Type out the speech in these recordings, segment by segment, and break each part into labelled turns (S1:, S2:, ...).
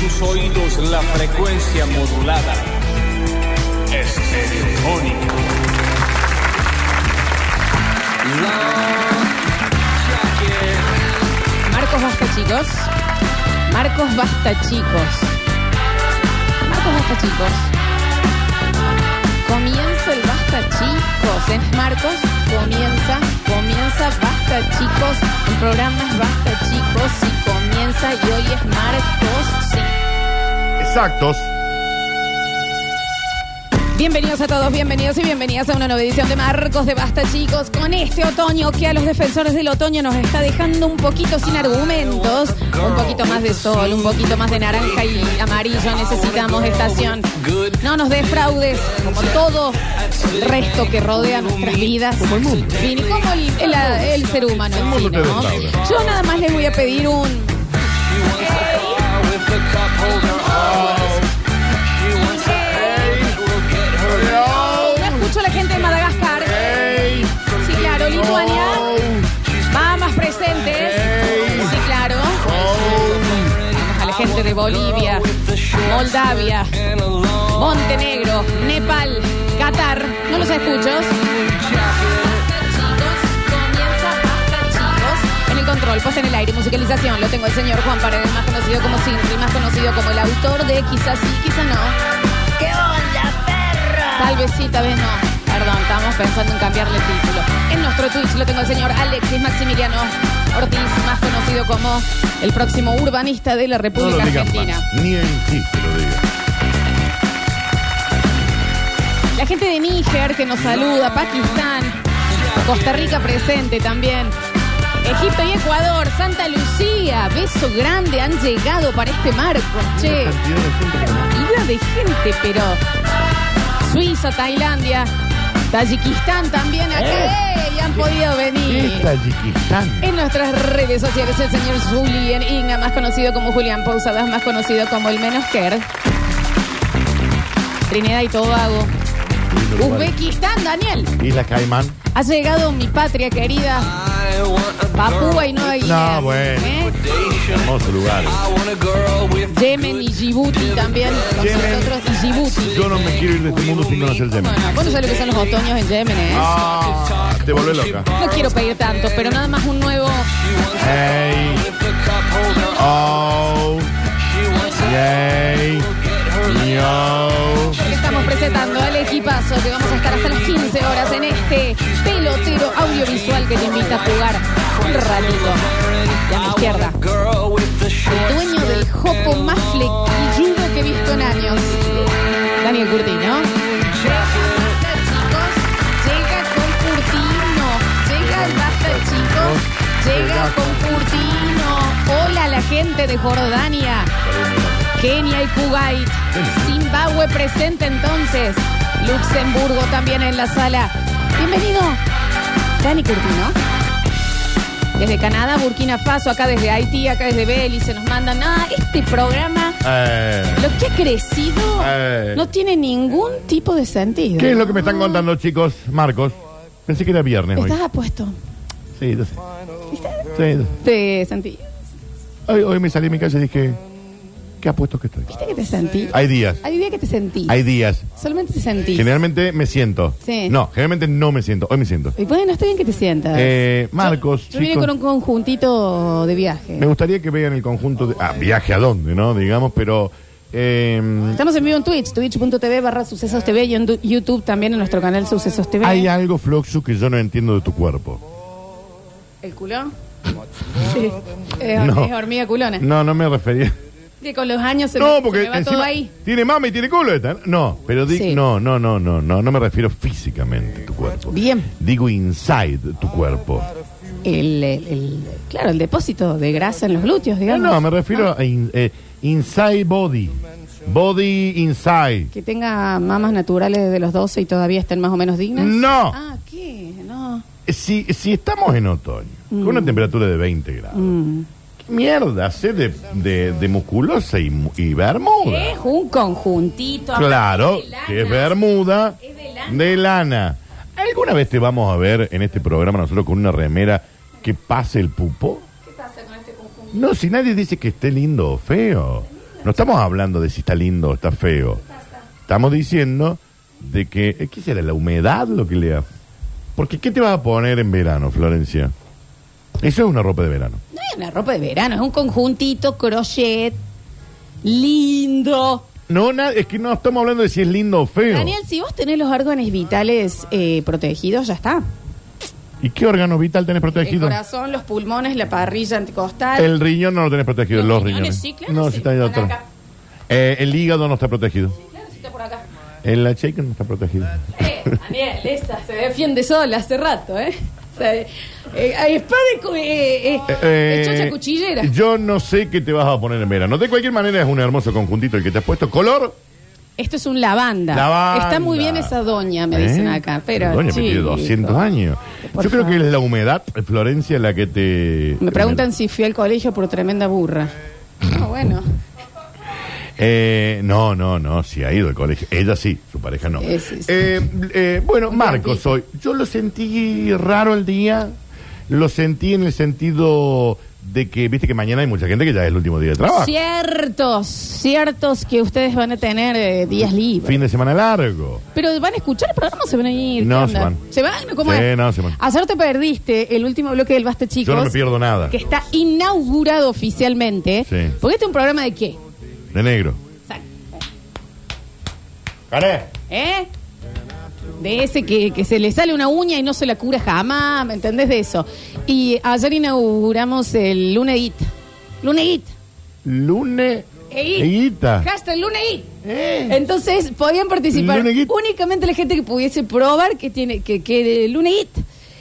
S1: tus oídos la frecuencia modulada. Estereofónica.
S2: Marcos Basta, chicos. Marcos Basta, chicos. Marcos Basta, chicos. Comienza el Basta, chicos. En Marcos comienza, comienza Basta, chicos. El programa es Basta, chicos. Y comienza y hoy es Marcos. Sí.
S3: Exactos.
S2: Bienvenidos a todos, bienvenidos y bienvenidas a una nueva edición de Marcos de Basta, chicos. Con este otoño que a los defensores del otoño nos está dejando un poquito sin argumentos, un poquito más de sol, un poquito más de naranja y amarillo. Necesitamos estación. No nos defraudes, como todo resto que rodea nuestras vidas. Como el mundo. como el, el- el ser humano en sí,
S3: mundo te
S2: ¿no?
S3: defrauda.
S2: Yo nada más les voy a pedir un. No escucho a la gente de Madagascar. Sí, claro, Lituania.
S3: Oh.
S2: Bahamas presentes. Sí, claro. Vamos a la gente de Bolivia, Moldavia, Montenegro, Nepal, Qatar. ¿No los escucho? En el Control, pues en el aire, musicalización. Lo tengo el señor Juan Paredes, más conocido como Sinti, más conocido como el autor de Quizás sí, quizás no.
S4: ¿Qué onda, perra?
S2: Tal vez sí, tal vez no. Perdón, estamos pensando en cambiarle el título. En nuestro Twitch lo tengo el señor Alexis Maximiliano Ortiz, más conocido como el próximo urbanista de la
S3: No lo
S2: República
S3: digas
S2: Argentina.
S3: más. Ni en chiste lo digas.
S2: La gente de Níger que nos saluda, Pakistán, Costa Rica presente también. Egipto y Ecuador, Santa Lucía, beso grande, han llegado para este marco,
S3: Una
S2: che.
S3: cantidad de gente que no-
S2: Vida de gente, pero. Suiza, Tailandia, Tayikistán también acá, ¡eh! y han podido venir.
S3: Es Tayikistán.
S2: En nuestras redes sociales, el señor Julián Inga, más conocido como Julián Pousadas, más conocido como el menos care. Trinidad y Tobago.
S3: Lindo lugar.
S2: Uzbekistán, Daniel.
S3: Isla Caimán.
S2: Ha llegado mi patria querida, Papúa y Nueva Guinea.
S3: No, bueno.
S2: ¿eh?
S3: Hermoso lugar.
S2: Yemen y Djibouti también. Con
S3: Yemen.
S2: nosotros y Djibouti.
S3: Yo no me quiero ir de este mundo sin conocer Yemen.
S2: Bueno, vos no sabés lo que son los otoños en Yemen, ¿eh?
S3: Ah, te volvés loca.
S2: No quiero pedir tanto, pero nada más un nuevo.
S3: Hey. Oh. Yay. Yo.
S2: Estamos presentando al equipazo que vamos a estar hasta las 15 horas en este pelotero audiovisual que te invita a jugar un ratito. Y a mi izquierda, el dueño del jopo más flequilludo que he visto en años, Daniel Curtino. Basta, chicos, llega con Curtino. Llega el Basta, chicos, llega con Curtino. Hola a la gente de Jordania. Kenia y Kuwait. Zimbabue presente entonces. Luxemburgo también en la sala. Bienvenido, Dani Curtino. Desde Canadá, Burkina Faso, acá desde Haití, acá desde Belice, se nos mandan. Ah, este programa,
S3: Eh,
S2: lo que ha crecido,
S3: Eh.
S2: no tiene ningún tipo de sentido.
S3: ¿Qué es lo que me están contando, chicos? Marcos. Pensé que era viernes hoy.
S2: Estás apuesto.
S3: Sí, yo sé. Sí, yo sé.
S2: Te sentí.
S3: Hoy, hoy me salí de mi casa y dije, qué apuesto que estoy.
S2: ¿Viste que te sentí?
S3: Hay días,
S2: Hay días que te sentí.
S3: hay días.
S2: Solamente te sentí.
S3: Generalmente me siento.
S2: Sí.
S3: No, generalmente no me siento. Hoy me siento.
S2: Y bueno, está bien que te sientas.
S3: Eh, Marcos,
S2: Yo vine
S3: chicos,
S2: con un conjuntito de viaje.
S3: me gustaría que vean el conjunto de... Ah, viaje a dónde, ¿no? Digamos, pero... eh,
S2: Estamos en vivo en Twitch, twitch.tv barra Sucesos TV y en du- YouTube también en nuestro canal Sucesos TV.
S3: hay algo, Floxu, que yo no entiendo de tu cuerpo.
S2: ¿El culo? sí. Es,
S3: No.
S2: es hormiga culona.
S3: No, no me refería...
S2: Que con los años se,
S3: No,
S2: me,
S3: porque
S2: se me va todo
S3: encima
S2: ahí.
S3: tiene mami y tiene culo esta. No, pero di-
S2: Sí.
S3: no, no, no, no, no, no me refiero físicamente a tu cuerpo.
S2: Bien.
S3: Digo inside tu cuerpo.
S2: El, el- el- claro, el depósito de grasa en los glúteos,
S3: No,
S2: digamos.
S3: no, me refiero
S2: Ah,
S3: a in- eh, inside body. Body inside.
S2: Que tenga mamas naturales de los 12 y todavía estén más o menos dignas.
S3: No.
S2: Ah, ¿qué? No.
S3: Si, si estamos en otoño, con una temperatura de 20 grados, ¿qué mierda sé de, de, de musculosa y, mu- y bermuda?
S2: Es un conjuntito.
S3: Claro,
S2: aparte de lana.
S3: que es bermuda
S2: Es
S3: de
S2: de
S3: lana.
S2: lana.
S3: ¿Alguna vez te vamos a ver en este programa nosotros con una remera que pase el pupo?
S2: ¿Qué pasa con este conjunto?
S3: No, si nadie dice que esté lindo o feo. No estamos hablando de si está lindo o está feo. Estamos diciendo de que, eh, ¿qué será? La humedad lo que le ha... Porque ¿qué te vas a poner en verano, Florencia? Eso es una ropa de verano.
S2: No es una ropa de verano, es un conjuntito, crochet, lindo.
S3: No, na- es que no estamos hablando de si es lindo o feo.
S2: Daniel, si vos tenés los órganos vitales eh, protegidos, ya está.
S3: ¿Y qué órgano vital tenés
S2: El
S3: protegido?
S2: corazón, los pulmones, la parrilla anticostal.
S3: El riñón no lo tenés protegido,
S2: Los
S3: los,
S2: riñones,
S3: riñones.
S2: sí, claro,
S3: no,
S2: sí,
S3: sí, está ahí,
S2: están
S3: doctor.
S2: acá.
S3: Eh, el hígado no está protegido.
S2: Claro, si está por acá.
S3: El la checa no está protegido.
S2: Eh, Daniel, esa se defiende sola hace rato, ¿eh? O sea, eh, eh, hay espada y cu- eh, eh,
S3: Eh,
S2: de chocha cuchillera.
S3: Yo no sé qué te vas a poner en verano. De cualquier manera es un hermoso conjuntito el que te has puesto. Color.
S2: Esto es un lavanda.
S3: Lavanda.
S2: Está muy bien esa doña, me
S3: ¿Eh?
S2: dicen acá. Pero,
S3: Doña, pero tiene
S2: chico.
S3: 200 años.
S2: Por
S3: Yo creo
S2: favor.
S3: que es la humedad, eh, Florencia, la que te...
S2: Me preguntan si fui al colegio por tremenda burra. No, bueno.
S3: Eh, no, no, no, sí ha ido al colegio. Ella sí, su pareja no.
S2: Eh, sí, sí.
S3: Eh, eh, bueno,
S2: Un
S3: Marcos
S2: tiempito.
S3: hoy. Yo lo sentí raro el día. Lo sentí en el sentido de que, viste que mañana hay mucha gente que ya es el último día de trabajo.
S2: Ciertos, ciertos que ustedes van a tener eh, días libres.
S3: Fin de semana largo.
S2: Pero van a escuchar el programa o se van a ir.
S3: No,
S2: ¿Qué
S3: se
S2: onda?
S3: van.
S2: ¿Se van? ¿Cómo
S3: Sí,
S2: es?
S3: no, se van.
S2: Ayer te perdiste el último bloque del Basta Chicos.
S3: Yo no me pierdo nada.
S2: Que está inaugurado oficialmente.
S3: Sí.
S2: Porque este es un programa de qué?
S3: De negro.
S2: Exacto.
S3: ¿Gané?
S2: ¿Eh? De ese que, que se le sale una uña y no se la cura jamás, ¿me entendés de eso? Y ayer inauguramos el Lunedit. Lunedit.
S3: Lune.
S2: Eguita.
S3: e Eguita.
S2: Hashtag Lunedit.
S3: Eh.
S2: Entonces podían participar
S3: Lunedit.
S2: únicamente la gente que pudiese probar que tiene que, que de Lunedit.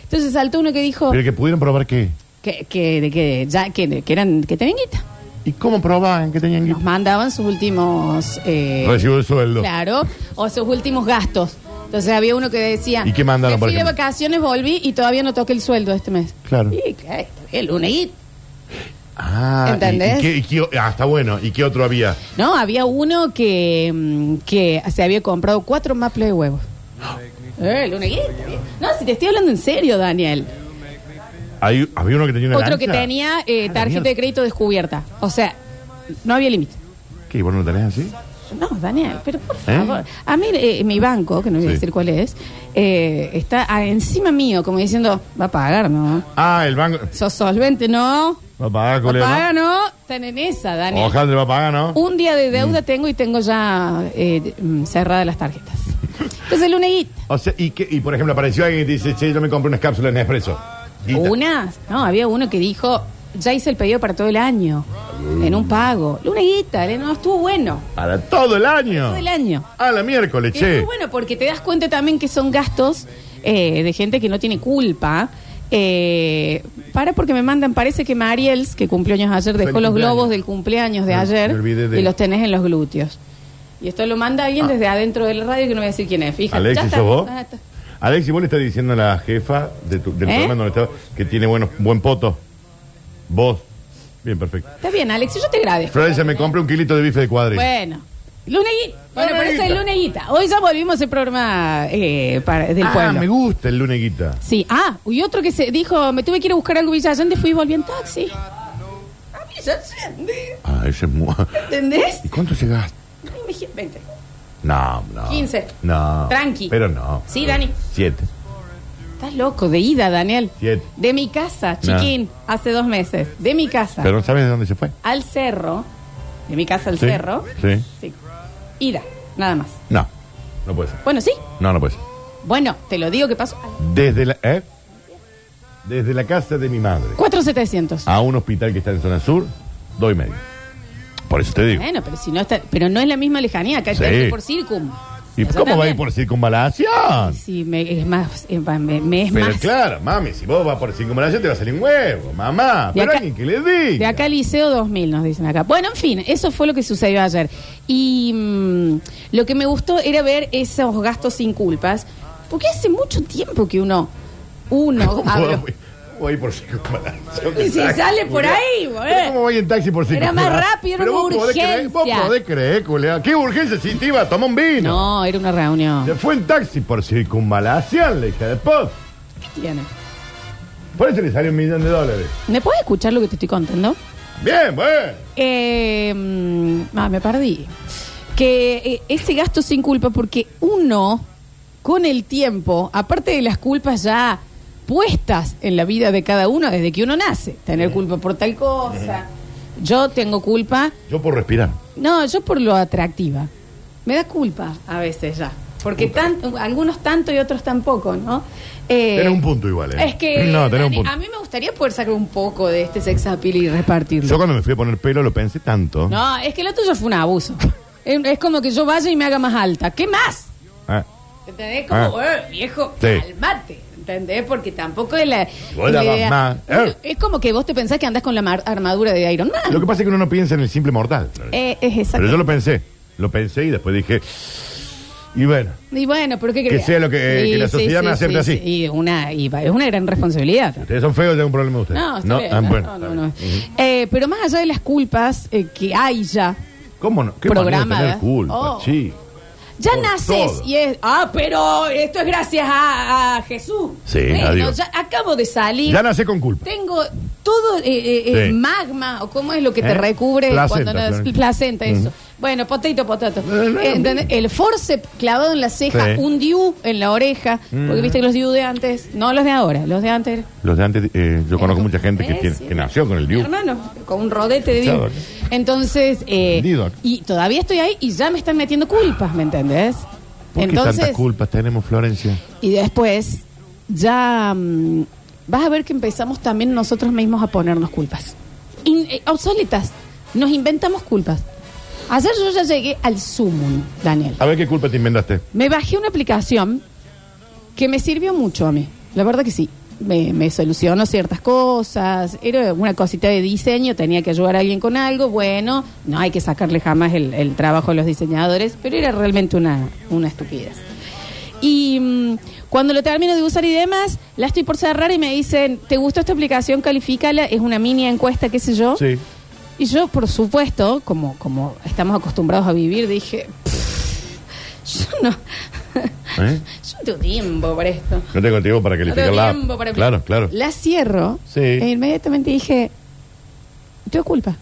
S2: Entonces saltó uno que dijo
S3: Pero que pudieron probar qué.
S2: que, que, de que ya que, que eran que tenían guita.
S3: ¿Y cómo probaban que tenían
S2: Nos
S3: guita?
S2: mandaban sus últimos eh,
S3: Recibo de sueldo.
S2: Claro, o sus últimos gastos. Entonces había uno que decía,
S3: ¿Y qué mandaron,
S2: me
S3: por
S2: fui de
S3: ejemplo?
S2: vacaciones, volví y todavía no toqué el sueldo este mes.
S3: Claro.
S2: Y claro, está bien, Lunedit.
S3: Ah, ¿y-
S2: ¿Entendés?
S3: y qué- y qué- ah, está bueno. ¿Y qué otro había?
S2: No, había uno que, mm, que se había comprado cuatro maples de huevos. Eh, Lunedit. No, si te estoy hablando en serio, Daniel.
S3: Hay- había uno que tenía una
S2: Otro que
S3: lancha.
S2: tenía eh,
S3: Ah, la
S2: tarjeta
S3: mierda.
S2: de crédito descubierta. O sea, no había límite.
S3: ¿Qué? ¿Vos no lo tenés así?
S2: No, Daniel, pero por
S3: ¿Eh?
S2: favor. A mí, eh, mi banco, que no voy a
S3: Sí.
S2: decir cuál es, eh, está ah, encima mío, como diciendo, va a pagar, ¿no?
S3: Ah, el banco.
S2: Sos solvente, ¿no?
S3: Va a pagar,
S2: Va a
S3: colega.
S2: pagar, ¿no? Están en esa,
S3: ¿no?
S2: Daniel. Uh.
S3: Ojalá te va a pagar, ¿no?
S2: Un día de deuda tengo y tengo ya eh, mm, cerradas las tarjetas. Entonces, el luneguit.
S3: O sea, y, que, y por ejemplo, apareció alguien y dice, che, yo me compré unas cápsulas en expreso.
S2: Una, no, había uno que dijo, ya hice el pedido para todo el año, en un pago. Luneguita, no, estuvo bueno.
S3: Para todo el año.
S2: Todo el año.
S3: A la miércoles,
S2: Es
S3: che.
S2: muy bueno porque te das cuenta también que son gastos eh, de gente que no tiene culpa. Eh, para porque me mandan, parece que Mariels, que cumplió años ayer, dejó
S3: Feliz
S2: los
S3: cumpleaños.
S2: globos del cumpleaños de
S3: Me-
S2: ayer
S3: me olvidé de- Ah.
S2: y los tenés en los glúteos. Y esto lo manda alguien desde adentro del radio que no voy a decir quién es. Fíjate,
S3: Alexis,
S2: está.
S3: ¿sos vos?
S2: Ah, está.
S3: Alexis, vos le estás diciendo a la jefa de tu- del
S2: ¿Eh?
S3: programa donde estaba que tiene buenos, buen poto. Vos. Bien, perfecto.
S2: Está bien, Alexis, yo te agradezco.
S3: Florencia, me compré un kilito de bife de cuadril.
S2: Bueno. Luneguita. Bueno, pero eso es
S3: Luneguita.
S2: Luneguita. Hoy ya volvimos el programa eh, para- del
S3: ah,
S2: pueblo.
S3: me gusta el luneguita.
S2: Sí, ah, y otro que se dijo, me tuve que ir a buscar algo Villa Allende, fui y volví en taxi. A Ah, Villa Allende,
S3: Ah, ese es muy...
S2: ¿entendés?
S3: ¿Y cuánto se gasta?
S2: Imagínate, 20.
S3: No, no.
S2: 15.
S3: No.
S2: Tranqui.
S3: Pero no.
S2: Sí, Dani.
S3: Siete.
S2: Estás loco, de ida, Daniel.
S3: Siete.
S2: De mi casa,
S3: No.
S2: chiquín, hace dos meses. De mi casa
S3: Pero no sabes de dónde se fue.
S2: al cerro, de mi casa al
S3: Sí,
S2: cerro.
S3: sí.
S2: Ida, nada más.
S3: No. No puede ser.
S2: Bueno, sí.
S3: No, no puede ser.
S2: Bueno, te lo digo que pasó.
S3: Desde la. ¿eh? Desde la casa de mi madre
S2: 4700.
S3: a un hospital que está en zona sur, dos y medio. Por eso te digo.
S2: Bueno, pero si no está, pero no es la misma lejanía, acá está
S3: Sí.
S2: que ir por circum.
S3: ¿Y
S2: Allá
S3: cómo va a
S2: también.
S3: ir por circunvalación?
S2: Sí, me, es más, eh, me, me es
S3: Pero
S2: más.
S3: claro, mami, si vos vas por circunvalación te va a salir un huevo, mamá.
S2: De
S3: Pero
S2: acá-
S3: alguien que le diga.
S2: De acá al Liceo 2000 nos dicen acá. Bueno, en fin, eso fue lo que sucedió ayer. Y mm, lo que me gustó era ver esos gastos sin culpas, porque hace mucho tiempo que uno, uno,
S3: ¿Cómo
S2: hablo,
S3: voy- cómo voy por circunvalación?
S2: Y si
S3: Taxi,
S2: sale por
S3: culiao.
S2: ahí, boludo.
S3: Pero ¿Cómo voy en taxi por
S2: Era
S3: circunvalación?
S2: más rápido, era
S3: Pero
S2: una
S3: vos podés creer-
S2: urgencia.
S3: Vos podés creer, culiao. ¿Qué urgencia si te iba a tomar un vino?
S2: no, era una reunión.
S3: Se fue en taxi por circunvalación, la hija de pop.
S2: Tiene.
S3: Por eso le salió un millón de dólares.
S2: ¿Me puedes escuchar lo que te estoy contando?
S3: Bien, bueno.
S2: Eh, mm, ah, me perdí. Que eh, ese gasto sin culpa, porque uno, con el tiempo, aparte de las culpas ya puestas en la vida de cada uno desde que uno nace, tener culpa por tal cosa, yo tengo culpa,
S3: Yo por respirar.
S2: no, yo por lo atractiva, me da culpa a veces ya, porque tan- algunos tanto y otros tampoco, ¿no? Eh,
S3: Tenés un punto igual, ¿eh?
S2: Es que
S3: No, tenés un
S2: Dani,
S3: punto.
S2: a mí me gustaría poder sacar un poco de este sex appeal y repartirlo.
S3: Yo cuando me fui a poner pelo lo pensé tanto.
S2: No, es que lo tuyo fue un abuso. es, es como que yo vaya y me haga más alta. ¿Qué más?
S3: Ah.
S2: ¿Entendés? Como, "Eh, viejo,
S3: Sí.
S2: calmate. ¿Entendés? Porque tampoco es la.
S3: Vos
S2: la
S3: dabas más. Eh.
S2: Es como que vos te pensás que andás con la mar- armadura de Iron Man.
S3: Lo que pasa es que uno no piensa en el simple mortal.
S2: Eh, es
S3: Pero
S2: exacto.
S3: yo lo pensé. Lo pensé y después dije. Y bueno.
S2: Y bueno, pero ¿qué
S3: Que
S2: crees?
S3: sea lo que- que la sociedad me acepte así.
S2: Y, una, y va- es una gran responsabilidad.
S3: Ustedes son feos, tengo un problema de ustedes.
S2: No, está bien,
S3: ah,
S2: no,
S3: bueno,
S2: no,
S3: está
S2: no,
S3: bien.
S2: no.
S3: Ujú.
S2: Eh, pero más allá de las culpas eh, que hay ya,
S3: ¿Cómo no? ¿Qué
S2: Programada.
S3: manera de tener culpa,
S2: Oh.
S3: sí.
S2: Ya
S3: Por
S2: naces
S3: todo.
S2: y es. Ah, pero esto es gracias a, a Jesús.
S3: Sí,
S2: Bueno,
S3: adiós.
S2: ya acabo de salir.
S3: Ya nací con culpa.
S2: Tengo todo eh, eh, eh,
S3: Sí.
S2: magma, o cómo es lo que te
S3: ¿Eh?
S2: recubre
S3: Placenta,
S2: cuando naces.
S3: Florencia.
S2: Placenta, eso. Bueno, potato, potato.
S3: No, no,
S2: Eh, ¿entendés? El force clavado en la ceja,
S3: Sí.
S2: un diu en la oreja. Porque
S3: Mm.
S2: viste que los diu de antes. No los de ahora, los de antes.
S3: Los de antes, eh, yo conozco mucha gente que,
S2: Eh,
S3: tiene,
S2: sí.
S3: que nació con el
S2: Mi
S3: Diu.
S2: hermano, con un rodete de diu.
S3: Claro.
S2: Entonces, eh,
S3: Entendido.
S2: y todavía estoy ahí y ya me están metiendo culpas, ¿me entendés?
S3: ¿Por qué tantas culpas tenemos, Florencia?
S2: Y después ya mm, vas a ver que empezamos también nosotros mismos a ponernos culpas. In- eh, obsoletas. Nos inventamos culpas. Ayer yo ya llegué al sumum, Daniel.
S3: A ver qué culpa te inventaste.
S2: Me bajé una aplicación que me sirvió mucho a mí. La verdad que sí. Me, me solucionó ciertas cosas. Era una cosita de diseño, tenía que ayudar a alguien con algo. Bueno, no hay que sacarle jamás el, el trabajo a los diseñadores, pero era realmente una, una estupidez. Y mm, cuando lo termino de usar y demás, la estoy por cerrar y me dicen, ¿te gustó esta aplicación? Califícala, es una mini encuesta, qué sé yo.
S3: Sí.
S2: Y yo, por supuesto, como, como estamos acostumbrados a vivir, dije, "Pff, yo no,
S3: ¿Eh?
S2: yo no tengo tiempo para esto.
S3: No tengo tiempo para
S2: No
S3: calificar
S2: tengo
S3: la.
S2: tiempo para...
S3: Claro, claro.
S2: La cierro
S3: Sí.
S2: e inmediatamente dije, tengo culpa.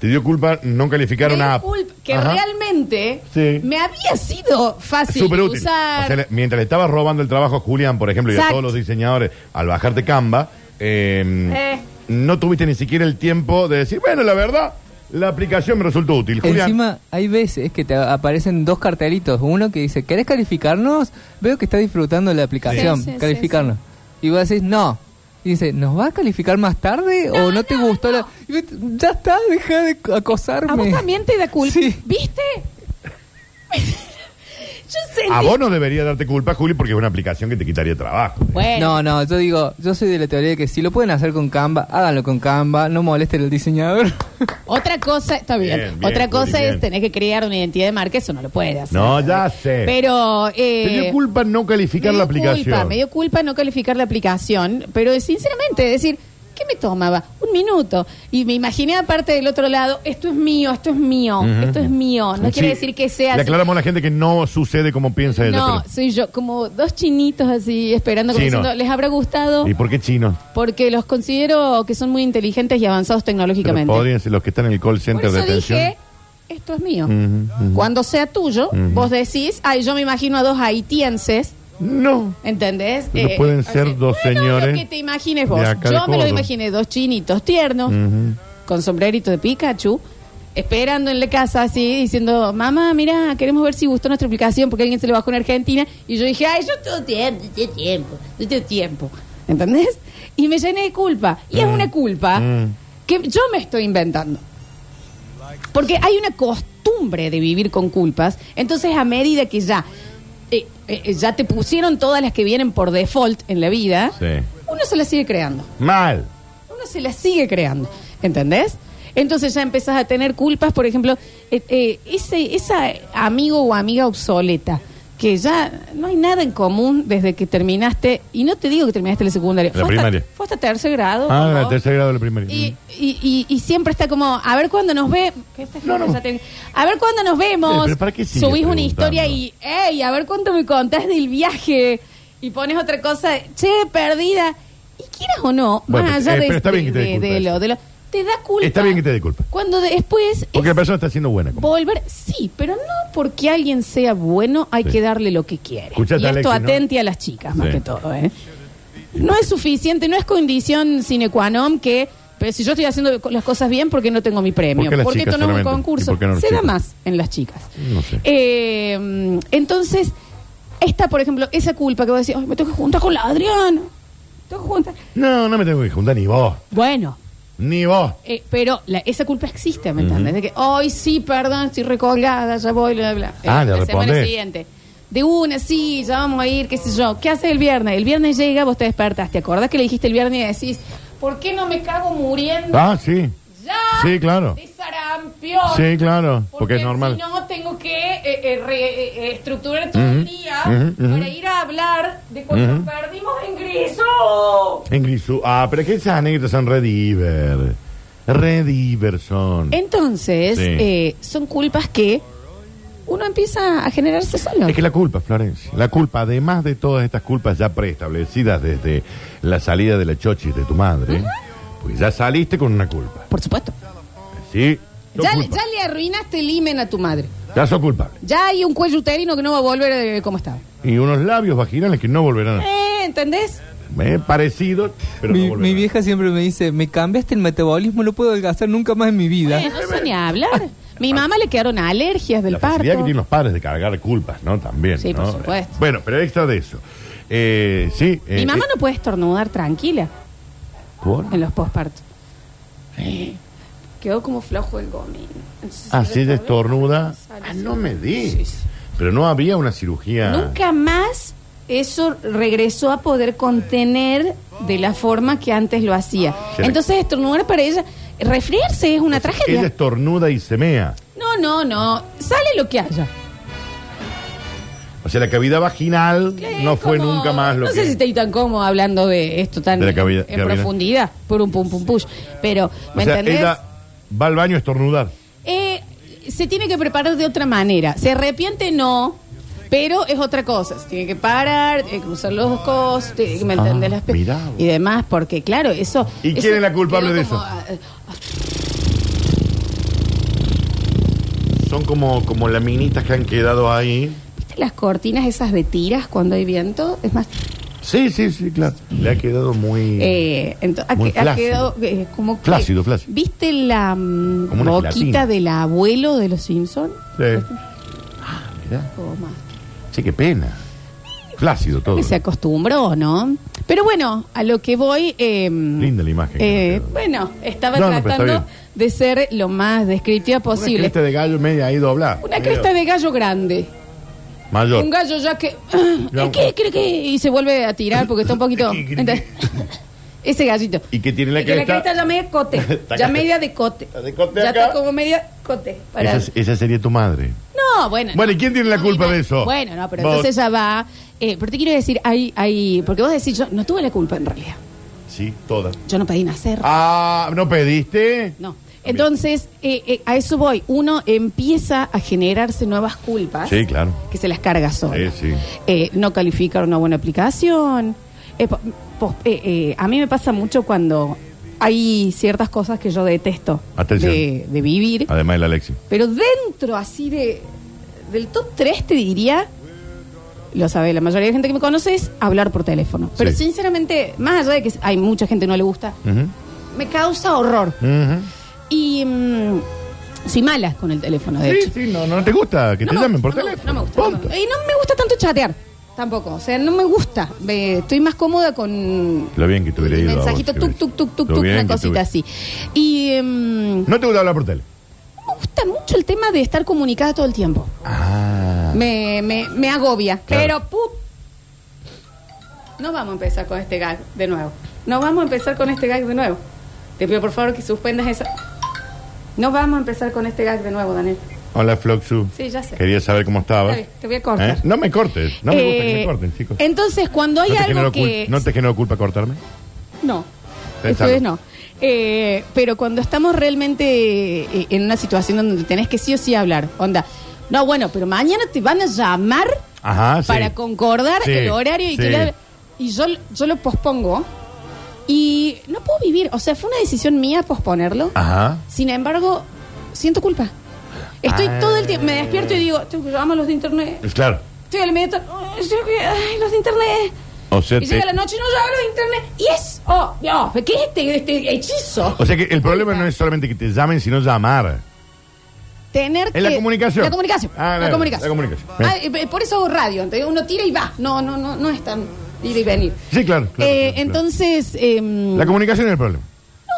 S3: Te dio culpa no calificar
S2: Tengo
S3: una app.
S2: culpa, que
S3: Ajá.
S2: realmente
S3: Sí.
S2: me había sido fácil
S3: Súper
S2: de
S3: útil.
S2: usar.
S3: O sea, le- mientras le estabas robando el trabajo a Julián, por ejemplo, y a
S2: Exacto.
S3: todos los diseñadores, al bajarte Canva, eh,
S2: Eh.
S3: no tuviste ni siquiera el tiempo de decir, bueno, la verdad, la aplicación me resultó útil. Julián,
S5: Encima hay veces que te aparecen dos cartelitos. Uno que dice, ¿querés calificarnos? Veo que está disfrutando la aplicación.
S2: Sí, sí, sí,
S5: calificarnos. Y vos decís, no. Y dice, ¿nos va a calificar más tarde? ¿O no te gustó la...? Y vos, ya está, deja de acosarme.
S2: A vos también te da culpa.
S5: Sí.
S2: ¿Viste? Yo sentí.
S3: a vos no debería darte culpa, Juli, porque es una aplicación que te quitaría trabajo.
S2: Bueno,
S5: No, no, yo digo, yo soy de la teoría de que si lo pueden hacer con Canva, háganlo con Canva, no molesten al diseñador.
S2: otra cosa, está bien.
S3: Bien, bien,
S2: otra cosa
S3: Juli,
S2: es
S3: bien.
S2: tener que crear una identidad de marca, eso no lo puedes hacer.
S3: No, ya sé.
S2: Pero. Eh,
S3: Te dio culpa no calificar
S2: me
S3: la
S2: dio
S3: aplicación.
S2: Culpa, me dio culpa no calificar la aplicación, pero sinceramente, decir, ¿qué me tomaba? Un minuto. Y me imaginé aparte del otro lado, esto es mío, esto es mío,
S3: Ujú.
S2: esto es mío. No
S3: Sí.
S2: quiere decir que sea
S3: Le
S2: así.
S3: aclaramos a la gente que no sucede como piensa ella.
S2: No, soy yo, como dos chinitos así, esperando, como
S3: Chino.
S2: diciendo, ¿les habrá gustado?
S3: pero- ¿Y por qué chino?
S2: Porque los considero que son muy inteligentes y avanzados
S3: Pero
S2: tecnológicamente.
S3: podrían ser los que están en el call
S2: Por
S3: center de
S2: eso
S3: atención.
S2: dije, esto es mío.
S3: Ujú, ujú.
S2: Cuando sea tuyo, vos decís, ay, yo me imagino a dos haitienses,
S3: No.
S2: ¿entendés? Eh,
S3: Pero pueden ser dos
S2: bueno,
S3: señores
S2: Lo que te imagines vos.
S3: de acá de
S2: Yo me
S3: Córdoba.
S2: los imaginé dos chinitos tiernos,
S3: Ujú.
S2: con sombrerito de Pikachu, esperando en la casa así, diciendo, mamá, mira, queremos ver si gustó nuestra aplicación porque alguien se lo bajó en Argentina. Y yo dije, ay, yo tengo tiempo, yo tengo tiempo, yo tengo tiempo. ¿Entendés? Y me llené de culpa. Y es una culpa
S3: Mm.
S2: que yo me estoy inventando. Porque hay una costumbre de vivir con culpas. Entonces, a medida que ya, eh, eh, ya te pusieron todas las que vienen por default en la vida,
S3: Sí.
S2: uno se las sigue creando.
S3: Mal.
S2: Uno se las sigue creando. ¿Entendés? Entonces ya empezás a tener culpas, por ejemplo, eh, eh, ese esa amigo o amiga obsoleta, que ya no hay nada en común desde que terminaste, y no te digo que terminaste la secundaria,
S3: La
S2: fue,
S3: primaria.
S2: Hasta, fue hasta tercer grado.
S3: Ah,
S2: ¿no?
S3: en el tercer grado de la primaria.
S2: Y, y, y, y siempre está como, a ver cuándo nos ve. que esta
S3: No,
S2: gente
S3: no.
S2: ya ten- A ver cuándo nos vemos.
S3: Sí, pero ¿para qué sigue
S2: Subís una
S3: preguntando?
S2: historia y, hey, a ver cuánto me contás del viaje. Y pones otra cosa, che, perdida. Y quieras o no,
S3: Bueno,
S2: más
S3: pero-
S2: allá
S3: eh,
S2: de,
S3: pero está
S2: de- este,
S3: bien que te
S2: de-
S3: disculpes.
S2: de lo, de lo- Te da culpa.
S3: Está bien que te dé culpa.
S2: Cuando de- después
S3: Porque
S2: es
S3: la persona está siendo buena. como-
S2: volver, sí, pero no porque alguien sea bueno hay
S3: Sí.
S2: que darle lo que quiere.
S3: Escuchate,
S2: y esto
S3: Alexis, ¿no?
S2: atente a las chicas más
S3: Sí.
S2: que todo, ¿eh? No es suficiente, no es condición sine qua non que pero si yo estoy haciendo las cosas bien, ¿por qué no tengo mi premio?
S3: ¿Por qué las
S2: Porque
S3: chicas
S2: esto no es un
S3: solamente? ¿Y
S2: concurso.
S3: por qué no los
S2: Se da
S3: chicos?
S2: más en las chicas.
S3: No sé.
S2: Eh, entonces, esta, por ejemplo, esa culpa que vos decís, "Ay, me tengo que juntar con la Adriana. Tengo que juntar.
S3: No, no me tengo que juntar ni vos.
S2: Bueno,
S3: Ni vos.
S2: eh, pero la- esa culpa existe, ¿me entiendes? De que, ay, sí, perdón, estoy recolgada, ya voy, bla, bla. bla".
S3: Ah,
S2: Eh,
S3: le
S2: la semana
S3: respondés.
S2: siguiente. De una, sí, ya vamos a ir, qué sé yo. ¿Qué haces el viernes? El viernes llega, vos te despertás. ¿Te acordás que le dijiste el viernes y decís, ¿por qué no me cago muriendo?
S3: Ah, sí.
S2: Ya.
S3: Sí, claro.
S2: De sarampión.
S3: Sí, claro. Porque es
S2: Si
S3: normal.
S2: no, tengo que eh, eh, re- eh, eh, estructurar todo el
S3: Ujú,
S2: día
S3: ujú, ujú.
S2: para ir a hablar de cuando
S3: Ujú.
S2: perdimos en Grisú.
S3: En Grisú. Ah, pero es que esas anécdotas son rediver. Rediver
S2: Eh.
S3: son.
S2: Entonces,
S3: Sí.
S2: eh, son culpas que uno empieza a generarse solo.
S3: Es que la culpa, Florencia, la culpa, además de todas estas culpas ya preestablecidas desde la salida de la chochis de tu madre, pues ya saliste con una culpa.
S2: Por supuesto.
S3: Sí, sos
S2: Ya, le-
S3: culpa.
S2: ya le arruinaste el imen a tu madre.
S3: Ya sos culpable.
S2: Ya hay un cuello uterino que no va a volver eh, como estaba.
S3: Y unos labios vaginales que no volverán a...
S2: Eh, ¿Entendés?
S3: Eh, parecidos, pero no
S5: Mi,
S3: volverán.
S5: mi vieja siempre me dice, me cambiaste el metabolismo, no puedo adelgazar nunca más en mi vida.
S2: Eh, no sé ni hablar. Mi mamá le quedaron alergias del
S3: Ah. la facilidad que
S2: parto.
S3: tienen los padres de cargar culpas, ¿no? También,
S2: Sí,
S3: ¿no?
S2: por supuesto.
S3: Bueno, pero extra de eso. Eh, sí.
S2: Mi mamá no puede estornudar tranquila.
S3: ¿Por?
S2: en los postpartos. Eh, Quedó como flojo el gomín. Entonces,
S3: Ah,
S2: si
S3: sí, ella estornuda.
S2: sale,
S3: Ah,
S2: sí.
S3: no me di.
S2: Sí, sí.
S3: Pero no había una cirugía...
S2: Nunca más eso regresó a poder contener de la forma que antes lo hacía.
S3: Sí.
S2: Entonces estornudar para ella, resfriarse es una
S3: Ella
S2: tragedia.
S3: estornuda y se mea.
S2: No, no, no. Sale lo que haya.
S3: O sea, la cavidad vaginal no
S2: Es
S3: fue
S2: como-
S3: nunca más lo
S2: no
S3: que...
S2: sé si estoy tan cómodo hablando de esto tan
S3: De la cavidad-
S2: en
S3: cavidad.
S2: profundidad, por un pum pum push. Pero,
S3: O
S2: ¿me
S3: sea,
S2: entendés?
S3: ella va al baño a estornudar.
S2: Eh, se tiene que preparar de otra manera. Se arrepiente, no. Pero es otra cosa, se tiene que parar, tiene que cruzar los costos, tiene que mantener las pe-
S3: Ah, mirá vos.
S2: y demás, porque claro, eso...
S3: ¿Y
S2: eso
S3: quién es la culpable
S2: quedó
S3: de
S2: como,
S3: eso?
S2: ah, eh,
S3: Son como, como laminitas que han quedado ahí.
S2: ¿Viste las cortinas esas de tiras cuando hay viento? Es más,
S3: Sí, sí, sí, claro. Le ha quedado muy...
S2: eh, ento- ha,
S3: Muy
S2: que- ha
S3: flácido.
S2: quedado eh, como que-
S3: Flácido, flácido.
S2: ¿Viste la mm,
S3: Como una
S2: boquita
S3: gelatina.
S2: del abuelo de los Simpsons?
S3: Sí. Ah, mirá.
S2: O más.
S3: Sí, qué pena. Flácido todo.
S2: que se acostumbró, ¿no? Pero bueno, a lo que voy. eh,
S3: Linda la imagen que
S2: eh,
S3: nos quedó.
S2: bueno, estaba
S3: No, no, pero
S2: tratando
S3: está
S2: de ser lo más descriptiva
S3: Una
S2: posible.
S3: cresta de gallo media ahí doblada. Medio
S2: de gallo grande.
S3: Mayor.
S2: Un gallo ya que.
S3: Ya un-
S2: ¿Qué, qué, qué? Y se vuelve a tirar porque está un poquito. ¿entendés? Ese gallito.
S3: ¿Y qué tiene la
S2: Y que
S3: cresta?
S2: La cresta ya media cote.
S3: Está
S2: ya
S3: acá.
S2: media de cote.
S3: Está de cote
S2: ya
S3: acá.
S2: está como media cote. para-
S3: Esa, es- esa sería tu madre.
S2: No, bueno.
S3: Bueno,
S2: no.
S3: ¿y quién tiene la
S2: No,
S3: culpa
S2: mira,
S3: de eso?
S2: Bueno, no, pero
S3: Vos.
S2: entonces ya va. eh, pero te quiero decir, hay, hay. Porque vos decís, yo no tuve la culpa en realidad.
S3: Sí, toda.
S2: Yo no pedí nacer.
S3: Ah, ¿no pediste?
S2: No. Entonces, eh, eh, a eso voy. Uno empieza a generarse nuevas culpas.
S3: Sí, claro.
S2: Que se las carga solo.
S3: Sí, sí.
S2: Eh, no calificar una buena aplicación. Eh, po- pos- eh, eh, a mí me pasa mucho cuando hay ciertas cosas que yo detesto
S3: Atención.
S2: De, de vivir.
S3: Además el Alexi.
S2: Pero dentro así de del top 3 te diría, lo sabe la mayoría de gente que me conoce, es hablar por teléfono. Pero
S3: Sí.
S2: sinceramente, más allá de que hay mucha gente que no le gusta,
S3: Ujú.
S2: me causa horror.
S3: Ujú.
S2: Y mm, soy mala con el teléfono, de
S3: Sí,
S2: hecho.
S3: sí, no, no te gusta que
S2: No
S3: te
S2: me
S3: llamen
S2: gusta, no
S3: por
S2: me gusta, No
S3: teléfono.
S2: me gusta. no me
S3: Punto.
S2: gusta. Y no me gusta tanto chatear. Tampoco, o sea, no me gusta. Me- estoy más cómoda con
S3: Lo bien que te hubiera
S2: el
S3: ido a vos,
S2: mensajito
S3: si
S2: tuk,
S3: hubiese.
S2: tuk, tuk, tuk,
S3: Lo
S2: tuk,
S3: bien
S2: una
S3: que te
S2: cosita
S3: hubiese.
S2: así. Y mm,
S3: No te gusta hablar por teléfono.
S2: me gusta mucho el tema de estar comunicada todo el tiempo.
S3: Ah.
S2: Me, me, me agobia.
S3: Claro.
S2: Pero, pu- No vamos a empezar con este gag de nuevo. No vamos a empezar con este gag de nuevo. Te pido por favor que suspendas esa. No vamos a empezar con este gag de nuevo, Daniel.
S3: Hola, Floxu.
S2: Sí, ya sé.
S3: Quería saber cómo estabas.
S2: Está bien, te voy a cortar.
S3: ¿Eh? No me cortes. No me gusta que
S2: Eh,
S3: me corten, chicos.
S2: Entonces, cuando hay
S3: ¿No, te
S2: algo
S3: generó cul-
S2: que.
S3: ¿No te generó culpa cortarme?
S2: No.
S3: Pensalo.
S2: Ustedes no. Eh, pero cuando estamos realmente eh, en una situación donde tenés que sí o sí hablar, onda. No, bueno, pero mañana te van a llamar
S3: Ajá, sí.
S2: para concordar
S3: Sí,
S2: el horario y
S3: sí.
S2: que le- y yo, yo lo pospongo y Y no puedo vivir. O sea, fue una decisión mía posponerlo.
S3: Ajá.
S2: Sin embargo, siento culpa. Estoy
S3: Ah.
S2: todo el tiempo, me despierto y digo, "Tengo que llamar a los de internet.
S3: Es Claro.
S2: Estoy al medio, "Ay, yo que- ay, los de internet.
S3: O sea,
S2: Y llega
S3: te-
S2: la noche y no llega los de internet. Y es, oh, Dios, ¿qué es este, este hechizo?
S3: o sea que el problema no es solamente que te llamen, sino llamar.
S2: Tener
S3: Es la
S2: que-
S3: comunicación.
S2: La comunicación.
S3: Ah,
S2: la
S3: la-
S2: comunicación.
S3: la comunicación.
S2: Ah, eh, por eso hago radio. entonces Uno tira y va. No, no, no, no es tan ir y venir.
S3: Sí, claro, claro,
S2: Eh,
S3: claro, claro.
S2: entonces, em,
S3: La comunicación es el problema.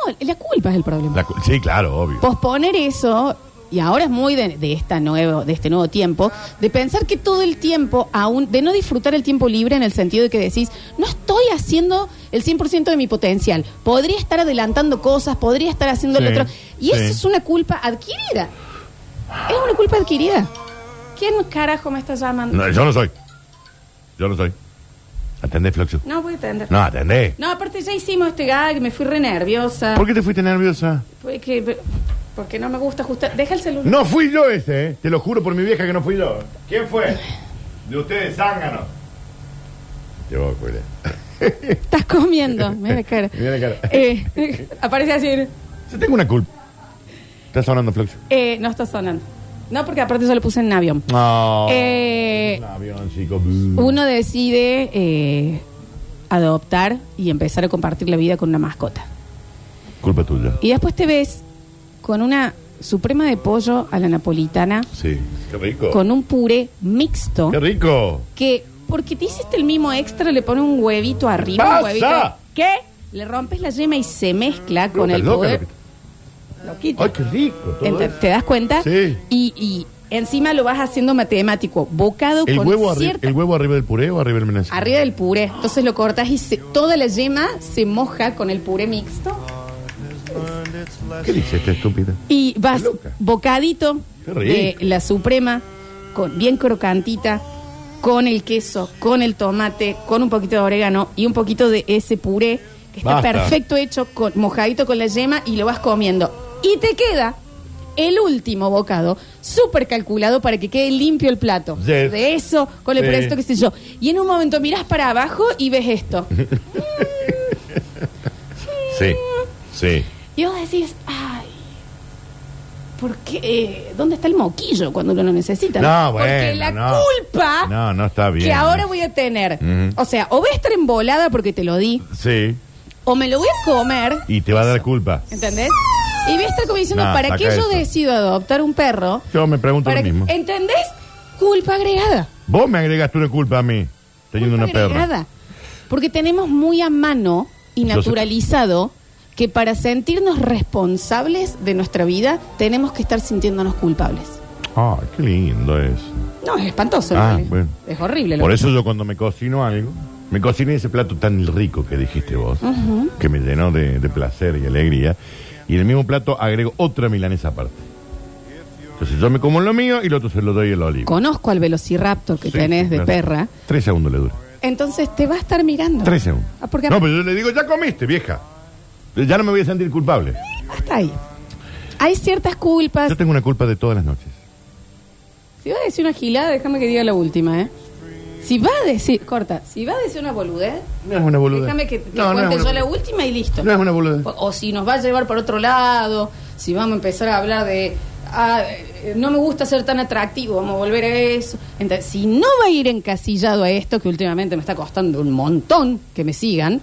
S2: no, la culpa es el problema.
S3: La cu- sí, claro, obvio.
S2: Pues- posponer eso y ahora es muy de, de esta nuevo de este nuevo tiempo de pensar que todo el tiempo aún de no disfrutar el tiempo libre en el sentido de que decís no estoy haciendo el 100% de mi potencial podría estar adelantando cosas podría estar haciendo el
S3: Sí,
S2: otro y eso
S3: sí.
S2: es una culpa adquirida es una culpa adquirida quién carajo me está llamando
S3: No, yo no soy. Yo no soy. Atendé, Floxu.
S2: no voy a atender no.
S3: No, atendé.
S2: aparte ya hicimos este gag me fui re nerviosa
S3: ¿Por qué te fuiste nerviosa?
S2: porque, porque no me gusta ajustar deja el celular
S3: No fui yo ese, ¿eh? Te lo juro por mi vieja que no fui yo. ¿Quién fue? De ustedes, zángano. Te voy a cuidar.
S2: Estás comiendo. Mira la cara.
S3: Mira la cara.
S2: Eh, aparece así.
S3: Yo tengo una culpa. Está sonando, Floxu.
S2: eh, no está sonando. No, porque aparte yo lo puse en avión.
S3: No.
S2: Eh,
S3: Un avión, chico.
S2: uno decide eh, adoptar y empezar a compartir la vida con una mascota.
S3: Culpa tuya.
S2: Y después te ves con una suprema de pollo a la napolitana,
S3: Sí. Qué rico.
S2: con un puré mixto,
S3: Qué rico.
S2: que porque te hiciste el mismo extra, le pones un huevito arriba, un
S3: ¡Pasa!
S2: huevito. ¿Qué? Le rompes la yema y se mezcla con
S3: Estás
S2: el
S3: loca,
S2: poder.
S3: loca.
S2: Lo quita.
S3: Ay, qué rico. todo
S2: Ente-
S3: eso.
S2: ¿Te das cuenta?
S3: Sí.
S2: Y, y encima lo vas haciendo matemático, bocado
S3: el,
S2: con
S3: huevo arri-
S2: cierta...
S3: ¿El huevo arriba del puré o arriba del menace?
S2: Arriba del puré. Entonces lo cortas y se- toda la yema se moja con el puré mixto.
S3: ¿Qué dice esta estúpida?
S2: Y vas
S3: Qué loca.
S2: bocadito
S3: Qué
S2: de
S3: rico.
S2: la suprema, con bien crocantita, con el queso, con el tomate, con un poquito de orégano y un poquito de ese puré que está
S3: Basta.
S2: perfecto hecho, con, mojadito con la yema y lo vas comiendo. Y te queda el último bocado, súper calculado para que quede limpio el plato.
S3: Yes.
S2: De eso, con el
S3: Sí.
S2: presto, qué sé yo. Y en un momento mirás para abajo y ves esto.
S3: Sí, sí.
S2: Y vos decís, ay, ¿por qué? ¿Dónde está el moquillo cuando uno lo necesita?
S3: No,
S2: Porque
S3: bueno,
S2: la
S3: no.
S2: culpa
S3: No, no está bien.
S2: Ah, que ahora voy a tener,
S3: Ujú.
S2: o sea, o voy a estar embolada porque te lo di,
S3: Sí,
S2: o me lo voy a comer,
S3: y te va a dar culpa.
S2: ¿entendés? Y voy a estar como diciendo,
S3: No,
S2: ¿para
S3: saca
S2: qué yo
S3: eso.
S2: decido adoptar un perro?
S3: Yo me pregunto
S2: Para
S3: lo
S2: que-
S3: mismo.
S2: ¿Entendés? Culpa agregada.
S3: Vos me agregaste una culpa a mí. Teniendo
S2: Culpa
S3: una perra.
S2: agregada. Porque tenemos muy a mano y
S3: Yo sé.
S2: naturalizado que para sentirnos responsables de nuestra vida tenemos que estar sintiéndonos culpables.
S3: Ay, qué lindo es.
S2: No, es espantoso.
S3: Ah,
S2: ¿no?
S3: bueno.
S2: Es horrible. lo
S3: Por
S2: que-
S3: eso yo cuando me cocino algo, me cociné ese plato tan rico que dijiste vos, que me llenó de, de placer y alegría, y en el mismo plato agrego otra milanesa aparte. Entonces yo me como lo mío y lo otro se lo doy el olivo.
S2: Conozco al velociraptor que
S3: Sí,
S2: tenés de
S3: claro.
S2: perra.
S3: Tres segundos le dura.
S2: Entonces te va a estar mirando.
S3: Tres segundos.
S2: Ah, porque
S3: No, pero yo le digo, ya comiste, vieja. Ya no me voy a sentir culpable.
S2: hasta ahí. Hay ciertas culpas.
S3: Yo tengo una culpa de todas las noches.
S2: Si vas a decir una gilada, déjame que diga la última, ¿eh? Si va a decir, corta, si va a decir una boludez,
S3: No es una boluda.
S2: déjame que, que
S3: no, no es
S2: cuente
S3: una
S2: yo la
S3: boludez.
S2: última y listo.
S3: No es una boludez.
S2: O, o si nos va a llevar por otro lado, si vamos a empezar a hablar de, ah, eh, no me gusta ser tan atractivo, vamos a volver a eso. Entonces, si no va a ir encasillado a esto, que últimamente me está costando un montón que me sigan,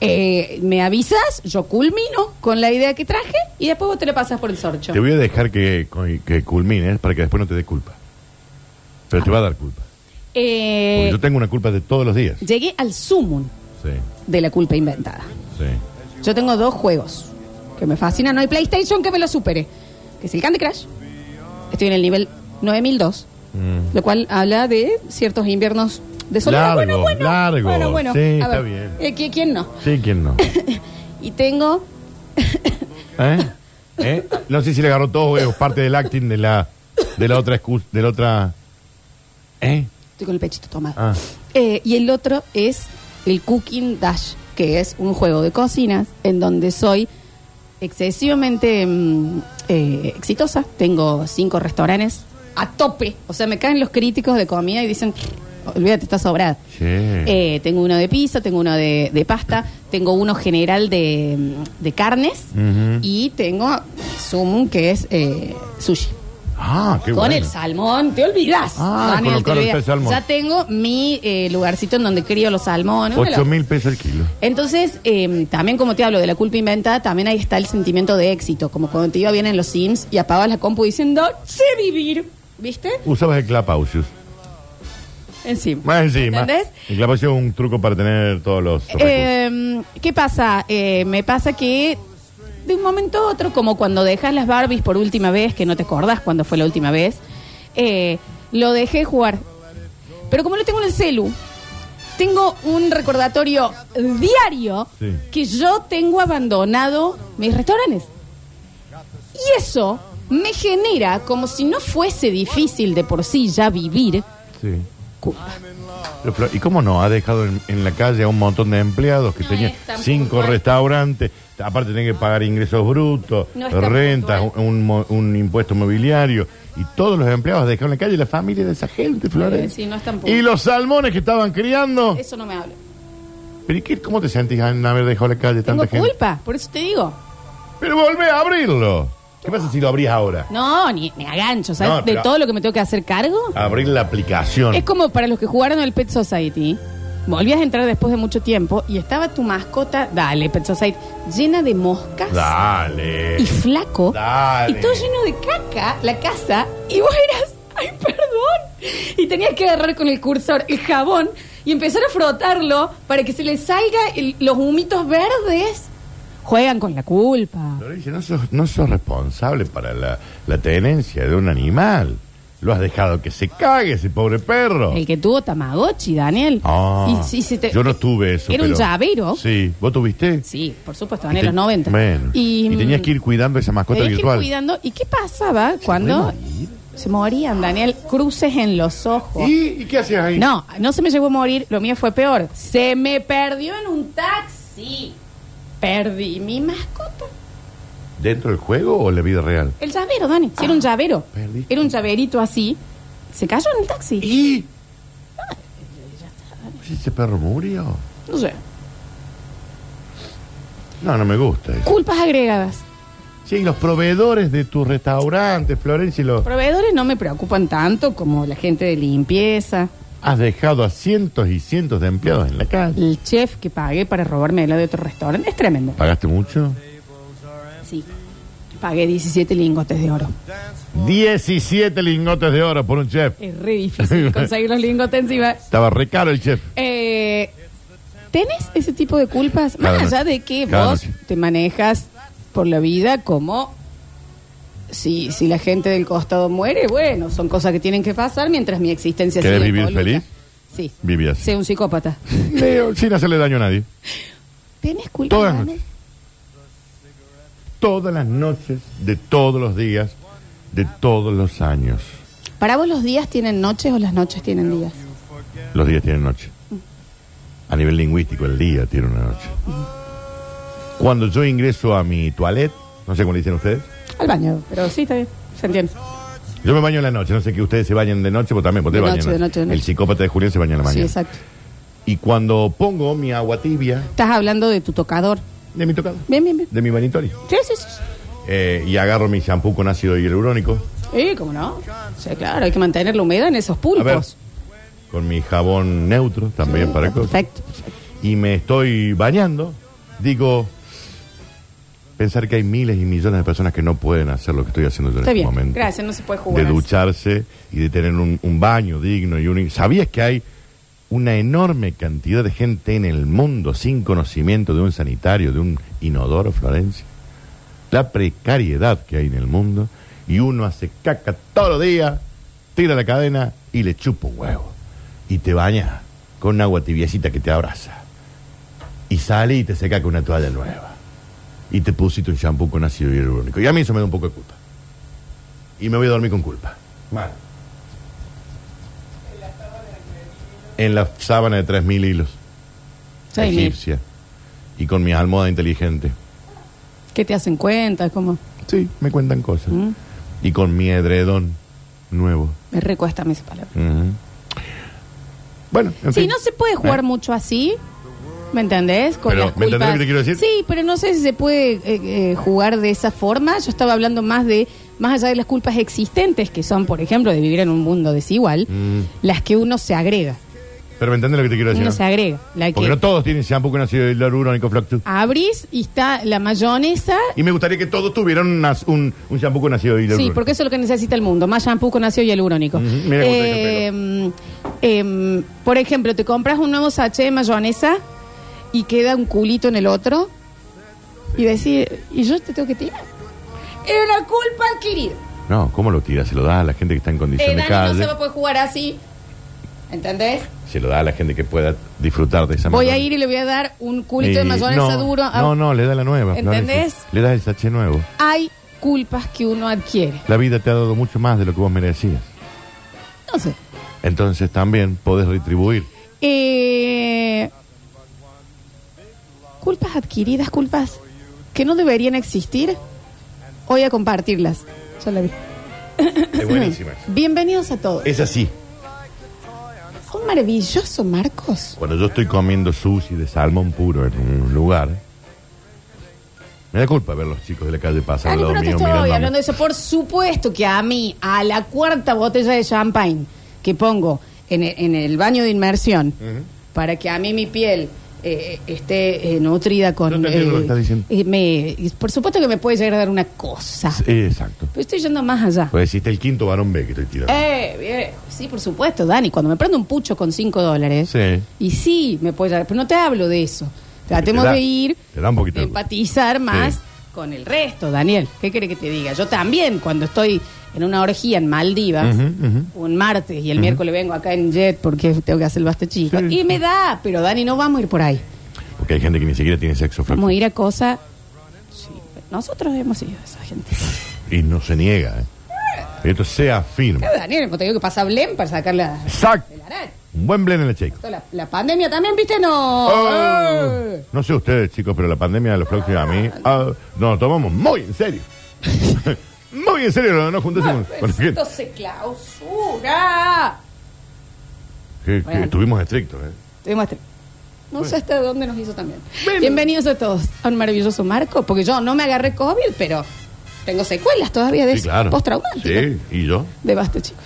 S2: eh, me avisas, yo culmino con la idea que traje y después vos te la pasas por el sorcho.
S3: Te voy a dejar que, que culmines para que después no te dé culpa. Pero te va a dar culpa.
S2: Eh,
S3: Porque yo tengo una culpa de todos los días.
S2: llegué al sumum
S3: Sí,
S2: de la culpa inventada.
S3: sí.
S2: Yo tengo dos juegos que me fascinan. No hay PlayStation que me lo supere. Que es el Candy Crush. Estoy en el nivel 9002.
S3: Mm.
S2: Lo cual habla de ciertos inviernos de soledad.
S3: Largo,
S2: bueno, bueno,
S3: largo.
S2: Bueno, bueno.
S3: Sí,
S2: A
S3: está
S2: ver,
S3: bien.
S2: eh, ¿qui- ¿Quién no?
S3: Sí, ¿quién no?
S2: Y tengo...
S3: ¿Eh? ¿Eh? No sé si le agarró todo o es parte del acting de la, de la otra excusa, de la otra... ¿Eh?
S2: Estoy con el pechito tomado.
S3: Ah.
S2: Eh, y el otro es el Cooking Dash, que es un juego de cocinas en donde soy excesivamente mm, eh, exitosa. Tengo cinco restaurantes a tope. O sea, me caen los críticos de comida y dicen, Olvídate, está sobrada.
S3: Sí.
S2: Eh, tengo uno de pizza, tengo uno de, de pasta, tengo uno general de, mm, de carnes
S3: Ujú.
S2: y tengo sumum que es eh, sushi.
S3: Ah, qué
S2: con
S3: bueno.
S2: el salmón, te olvidas.
S3: Ah,
S2: Daniel,
S3: con-
S2: te
S3: claro,
S2: olvidás.
S3: está el salmón.
S2: Ya tengo mi eh, lugarcito en donde crío los salmones. Una
S3: 8 mil pesos el kilo.
S2: entonces, eh, también como te hablo de la culpa inventada, también ahí está el sentimiento de éxito, como cuando te iba bien en los Sims y apagabas la compu diciendo, sé vivir, ¿viste?
S3: Usabas el Clapausius.
S2: En Sims.
S3: Más encima.
S2: ¿Entendés?
S3: El Clapausius es un truco para tener todos los. recursos.
S2: Eh, ¿Qué pasa? Eh, me pasa que de un momento a otro, como cuando dejas las Barbies por última vez, que no te acordás cuándo fue la última vez, eh, lo dejé jugar. Pero como lo tengo en el celu, tengo un recordatorio diario
S3: Sí.
S2: que yo tengo abandonado mis restaurantes. Y eso me genera, como si no fuese difícil de por sí ya vivir,
S3: Sí.
S2: culpa.
S3: Pero, Flor, ¿Y cómo no? Ha dejado en, en la calle a un montón de empleados que
S2: No
S3: tenían
S2: es tan
S3: cinco
S2: puntual.
S3: restaurantes. Aparte, tienen que pagar ingresos brutos,
S2: No es tan
S3: rentas, un,
S2: puntual.
S3: un mo- un impuesto mobiliario. Y todos los empleados dejaron en la calle la familia de esa gente, Flores.
S2: sí, no es tan puntual.
S3: y los salmones que estaban criando.
S2: Eso no me habla.
S3: ¿Pero y qué- cómo te sentís al haber dejado la calle
S2: Tengo
S3: tanta gente?
S2: culpa, por eso te digo.
S3: Pero volvé a abrirlo. ¿Qué pasa si lo abrís ahora?
S2: No, ni me agancho, ¿sabes?
S3: No,
S2: de
S3: pero- Ah,
S2: todo lo que me tengo que hacer cargo.
S3: Abrir la aplicación.
S2: Es como para los que jugaron al Pet Society. Volvías a entrar después de mucho tiempo y estaba tu mascota, dale, Pet Society, llena de moscas
S3: Dale.
S2: y flaco.
S3: Dale.
S2: Y todo lleno de caca, la casa, y vos eras, ay, perdón. Y tenías que agarrar con el cursor el jabón y empezar a frotarlo para que se le salga el- los humitos verdes. Juegan con la culpa.
S3: Florencia, no sos, no sos responsable para la, la tenencia de un animal. Lo has dejado que se cague ese pobre perro.
S2: El que tuvo Tamagotchi, Daniel.
S3: Ah,
S2: Y si- si te-
S3: yo no tuve eso.
S2: Era un
S3: pero-
S2: llavero.
S3: Sí, ¿vos tuviste?
S2: Sí, por supuesto,
S3: Y
S2: Daniel,
S3: te-
S2: los 90.
S3: Bueno, Y, tenías que ir cuidando esa mascota
S2: tenías que ir
S3: virtual.
S2: cuidando. ¿Y qué pasaba cuando
S3: puede morir?
S2: se morían, Daniel? Cruces en los ojos.
S3: ¿Y, ¿Y qué hacías ahí?
S2: No, no se me llegó a morir, lo mío fue peor. Se me perdió en un taxi. Perdí mi mascota.
S3: ¿Dentro del juego o en la vida real?
S2: El llavero, Dani. Sí, era
S3: Ah,
S2: un llavero.
S3: perdiste.
S2: Era un llaverito así. Se cayó en el taxi.
S3: ¿Y? ¿Sí, ¿Ese perro murió?
S2: No sé.
S3: No, no me gusta eso.
S2: Culpas agregadas.
S3: Sí, los proveedores de tus restaurantes, Florencia, y los...
S2: Proveedores no me preocupan tanto como la gente de limpieza.
S3: has dejado a cientos y cientos de empleados en la calle.
S2: El chef que pagué para robarme helado de otro restaurante es tremendo.
S3: ¿Pagaste mucho?
S2: Sí. Pagué 17 lingotes de oro.
S3: 17 lingotes de oro por un chef.
S2: Es re difícil conseguir los lingotes encima.
S3: Estaba re caro el chef.
S2: Eh, ¿Tenés ese tipo de culpas?
S3: Cada
S2: Más
S3: noche.
S2: allá de que
S3: Cada
S2: vos
S3: noche.
S2: te manejas por la vida como si, si la gente del costado muere, bueno, son cosas que tienen que pasar mientras mi existencia
S3: ¿Querés
S2: sigue
S3: vivir
S2: poluta.
S3: feliz?
S2: Sí.
S3: Viví así.
S2: Sé un psicópata.
S3: Leo, sin hacerle daño a nadie.
S2: ¿Tenés culpas?
S3: Todas las
S2: Dani?
S3: noches. Todas las noches, de todos los días, de todos los años.
S2: ¿Para vos los días tienen noches o las noches tienen días?
S3: Los días tienen noche. A nivel lingüístico, el día tiene una noche. Cuando yo ingreso a mi toilet, no sé cómo le dicen ustedes,
S2: Al baño, pero sí, está bien. Se entiende.
S3: Yo me baño en la noche, no sé que ustedes se bañen de noche, porque también porque
S2: De
S3: bañan
S2: noche,
S3: en
S2: de
S3: la-
S2: noche, de noche.
S3: El psicópata de Julián se baña en la
S2: Sí,
S3: mañana.
S2: exacto.
S3: y cuando pongo mi agua tibia
S2: Estás hablando de tu tocador.
S3: de mi tocado,
S2: Bien, bien, bien.
S3: de mi banitorio,
S2: Sí, sí, sí.
S3: eh, y agarro mi shampoo con ácido hialurónico,
S2: Sí, ¿cómo no? Sí, claro, hay que mantener la humedad en esos
S3: a ver,
S2: pulpos.
S3: con mi jabón neutro también para el cuerpo,
S2: Perfecto.
S3: y me estoy bañando, digo, pensar que hay miles y millones de personas que no pueden hacer lo que estoy haciendo yo en
S2: Está
S3: este
S2: bien.
S3: momento.
S2: Gracias, no se puede jugar.
S3: de ducharse y de tener un, un baño digno y un... ¿Sabías que hay una enorme cantidad de gente en el mundo sin conocimiento de un sanitario, de un inodoro, Florencia? La precariedad que hay en el mundo y uno hace caca todos los días, tira la cadena y le chupa un huevo y te baña con agua tibiecita que te abraza y sale y te seca con una toalla nueva y te pusiste un shampoo con ácido hialurónico y a mí eso me da un poco de culpa y me voy a dormir con culpa. Mal. En la sábana de 3.000 hilos.
S2: Sí,
S3: egipcia. Y con mi almohada inteligente.
S2: ¿Qué te hacen cuenta? ¿Cómo?
S3: Sí, me cuentan cosas.
S2: Mm.
S3: Y con mi edredón nuevo.
S2: Me recuesta a mí esa palabra.
S3: Ujú. Bueno, en
S2: Sí,
S3: fin.
S2: no se puede jugar
S3: Eh.
S2: mucho así. ¿Me entendés? Con
S3: Pero,
S2: las
S3: ¿me
S2: culpas.
S3: entendés lo que te quiero decir?
S2: Sí, pero no sé si se puede eh, eh, jugar de esa forma. Yo estaba hablando más de, más allá de las culpas existentes, que son, por ejemplo, de vivir en un mundo desigual,
S3: Mm.
S2: las que uno se agrega.
S3: Pero me entiendes lo que te quiero decir.
S2: Uno
S3: ¿no?
S2: se agrega. La que
S3: Porque no todos tienen shampoo con ácido hialurónico fluctu.
S2: abrís y está la mayonesa.
S3: Y me gustaría que todos tuvieran unas- un, un shampoo con ácido hialurónico.
S2: Sí, porque eso es lo que necesita el mundo. Más shampoo con ácido hialurónico.
S3: Ujú, mira cómo te
S2: Eh, em, por ejemplo, te compras un nuevo sachet de mayonesa y queda un culito en el otro y decís, ¿y yo te tengo que tirar? Es una culpa adquirida.
S3: No, ¿cómo lo tira? Se lo da a la gente que está en condición
S2: Eh,
S3: de
S2: Dani no
S3: calle.
S2: se va a poder jugar así. ¿Entendés?
S3: se lo da a la gente que pueda disfrutar de esa
S2: Voy
S3: mayonesa.
S2: a ir y le voy a dar un culito de
S3: Y-
S2: mayonesa
S3: no,
S2: duro. a-
S3: No, no, le da la nueva.
S2: ¿Entendés?
S3: Florencia. Le das el sachet nuevo.
S2: Hay culpas que uno adquiere.
S3: La vida te ha dado mucho más de lo que vos merecías.
S2: No sé.
S3: Entonces también podés retribuir.
S2: Eh, culpas adquiridas, culpas que no deberían existir. Voy a compartirlas. Ya la vi.
S3: Es buenísima.
S2: Bienvenidos a todos.
S3: Es así.
S2: A Un maravilloso Marcos.
S3: Cuando yo estoy comiendo sushi de salmón puro en un lugar, me da culpa ver a los chicos de la calle pasar
S2: Dani,
S3: al lado
S2: pero no te
S3: mío
S2: estoy
S3: mirándome.
S2: hablando de eso. Por supuesto que a mí, a la cuarta botella de champagne que pongo en el, en el baño de inmersión, para que a mí mi piel eh, esté eh, nutrida con...
S3: No te entiendo lo que estás diciendo.
S2: eh, me- por supuesto que me puede llegar a dar una cosa.
S3: Eh, Exacto.
S2: Pero estoy yendo más allá.
S3: Pues hiciste el quinto varón B que estoy tirando.
S2: Eh, bien. Sí, por supuesto, Dani. Cuando me prendo un pucho con 5 dólares.
S3: Sí.
S2: Y sí, me puede llegar. Pero no te hablo de eso. Tratemos
S3: Te da-
S2: de ir.
S3: te da un poquito de-
S2: Empatizar más
S3: Sí.
S2: con el resto, Daniel. ¿Qué quiere que te diga? Yo también, cuando estoy en una orgía en Maldivas,
S3: Ujú, ujú.
S2: un martes y el miércoles vengo acá en Jet porque tengo que hacer el basto chico.
S3: Sí.
S2: Y me da. Pero, Dani, no vamos a ir por ahí.
S3: Porque hay gente que ni siquiera tiene sexo
S2: Vamos a
S3: fluido.
S2: ir a cosas. Sí, nosotros hemos ido a esa gente.
S3: Y no se niega. ¿eh? Esto se afirma.
S2: Daniel, porque tengo que pasar Blen para sacar la,
S3: Exacto.
S2: el araña.
S3: Un buen blend en el checo.
S2: Esto, La, la pandemia también, viste, no.
S3: Oh.
S2: ¡Eh!
S3: No sé ustedes, chicos, pero la pandemia de los flocos y a mí ah, nos lo tomamos muy en serio. muy en serio, no, no juntas
S2: No,
S3: con, con la gente.
S2: esto se clausura.
S3: Que- que
S2: Bueno.
S3: Estuvimos estrictos. ¿eh?
S2: Tuvimos tres. No sé hasta dónde nos hizo también. Bienvenidos a todos a un maravilloso marco, porque yo no me agarré COVID, pero tengo secuelas todavía de
S3: Sí,
S2: eso,
S3: claro.
S2: postraumático.
S3: Sí, y yo.
S2: De basta, chicos.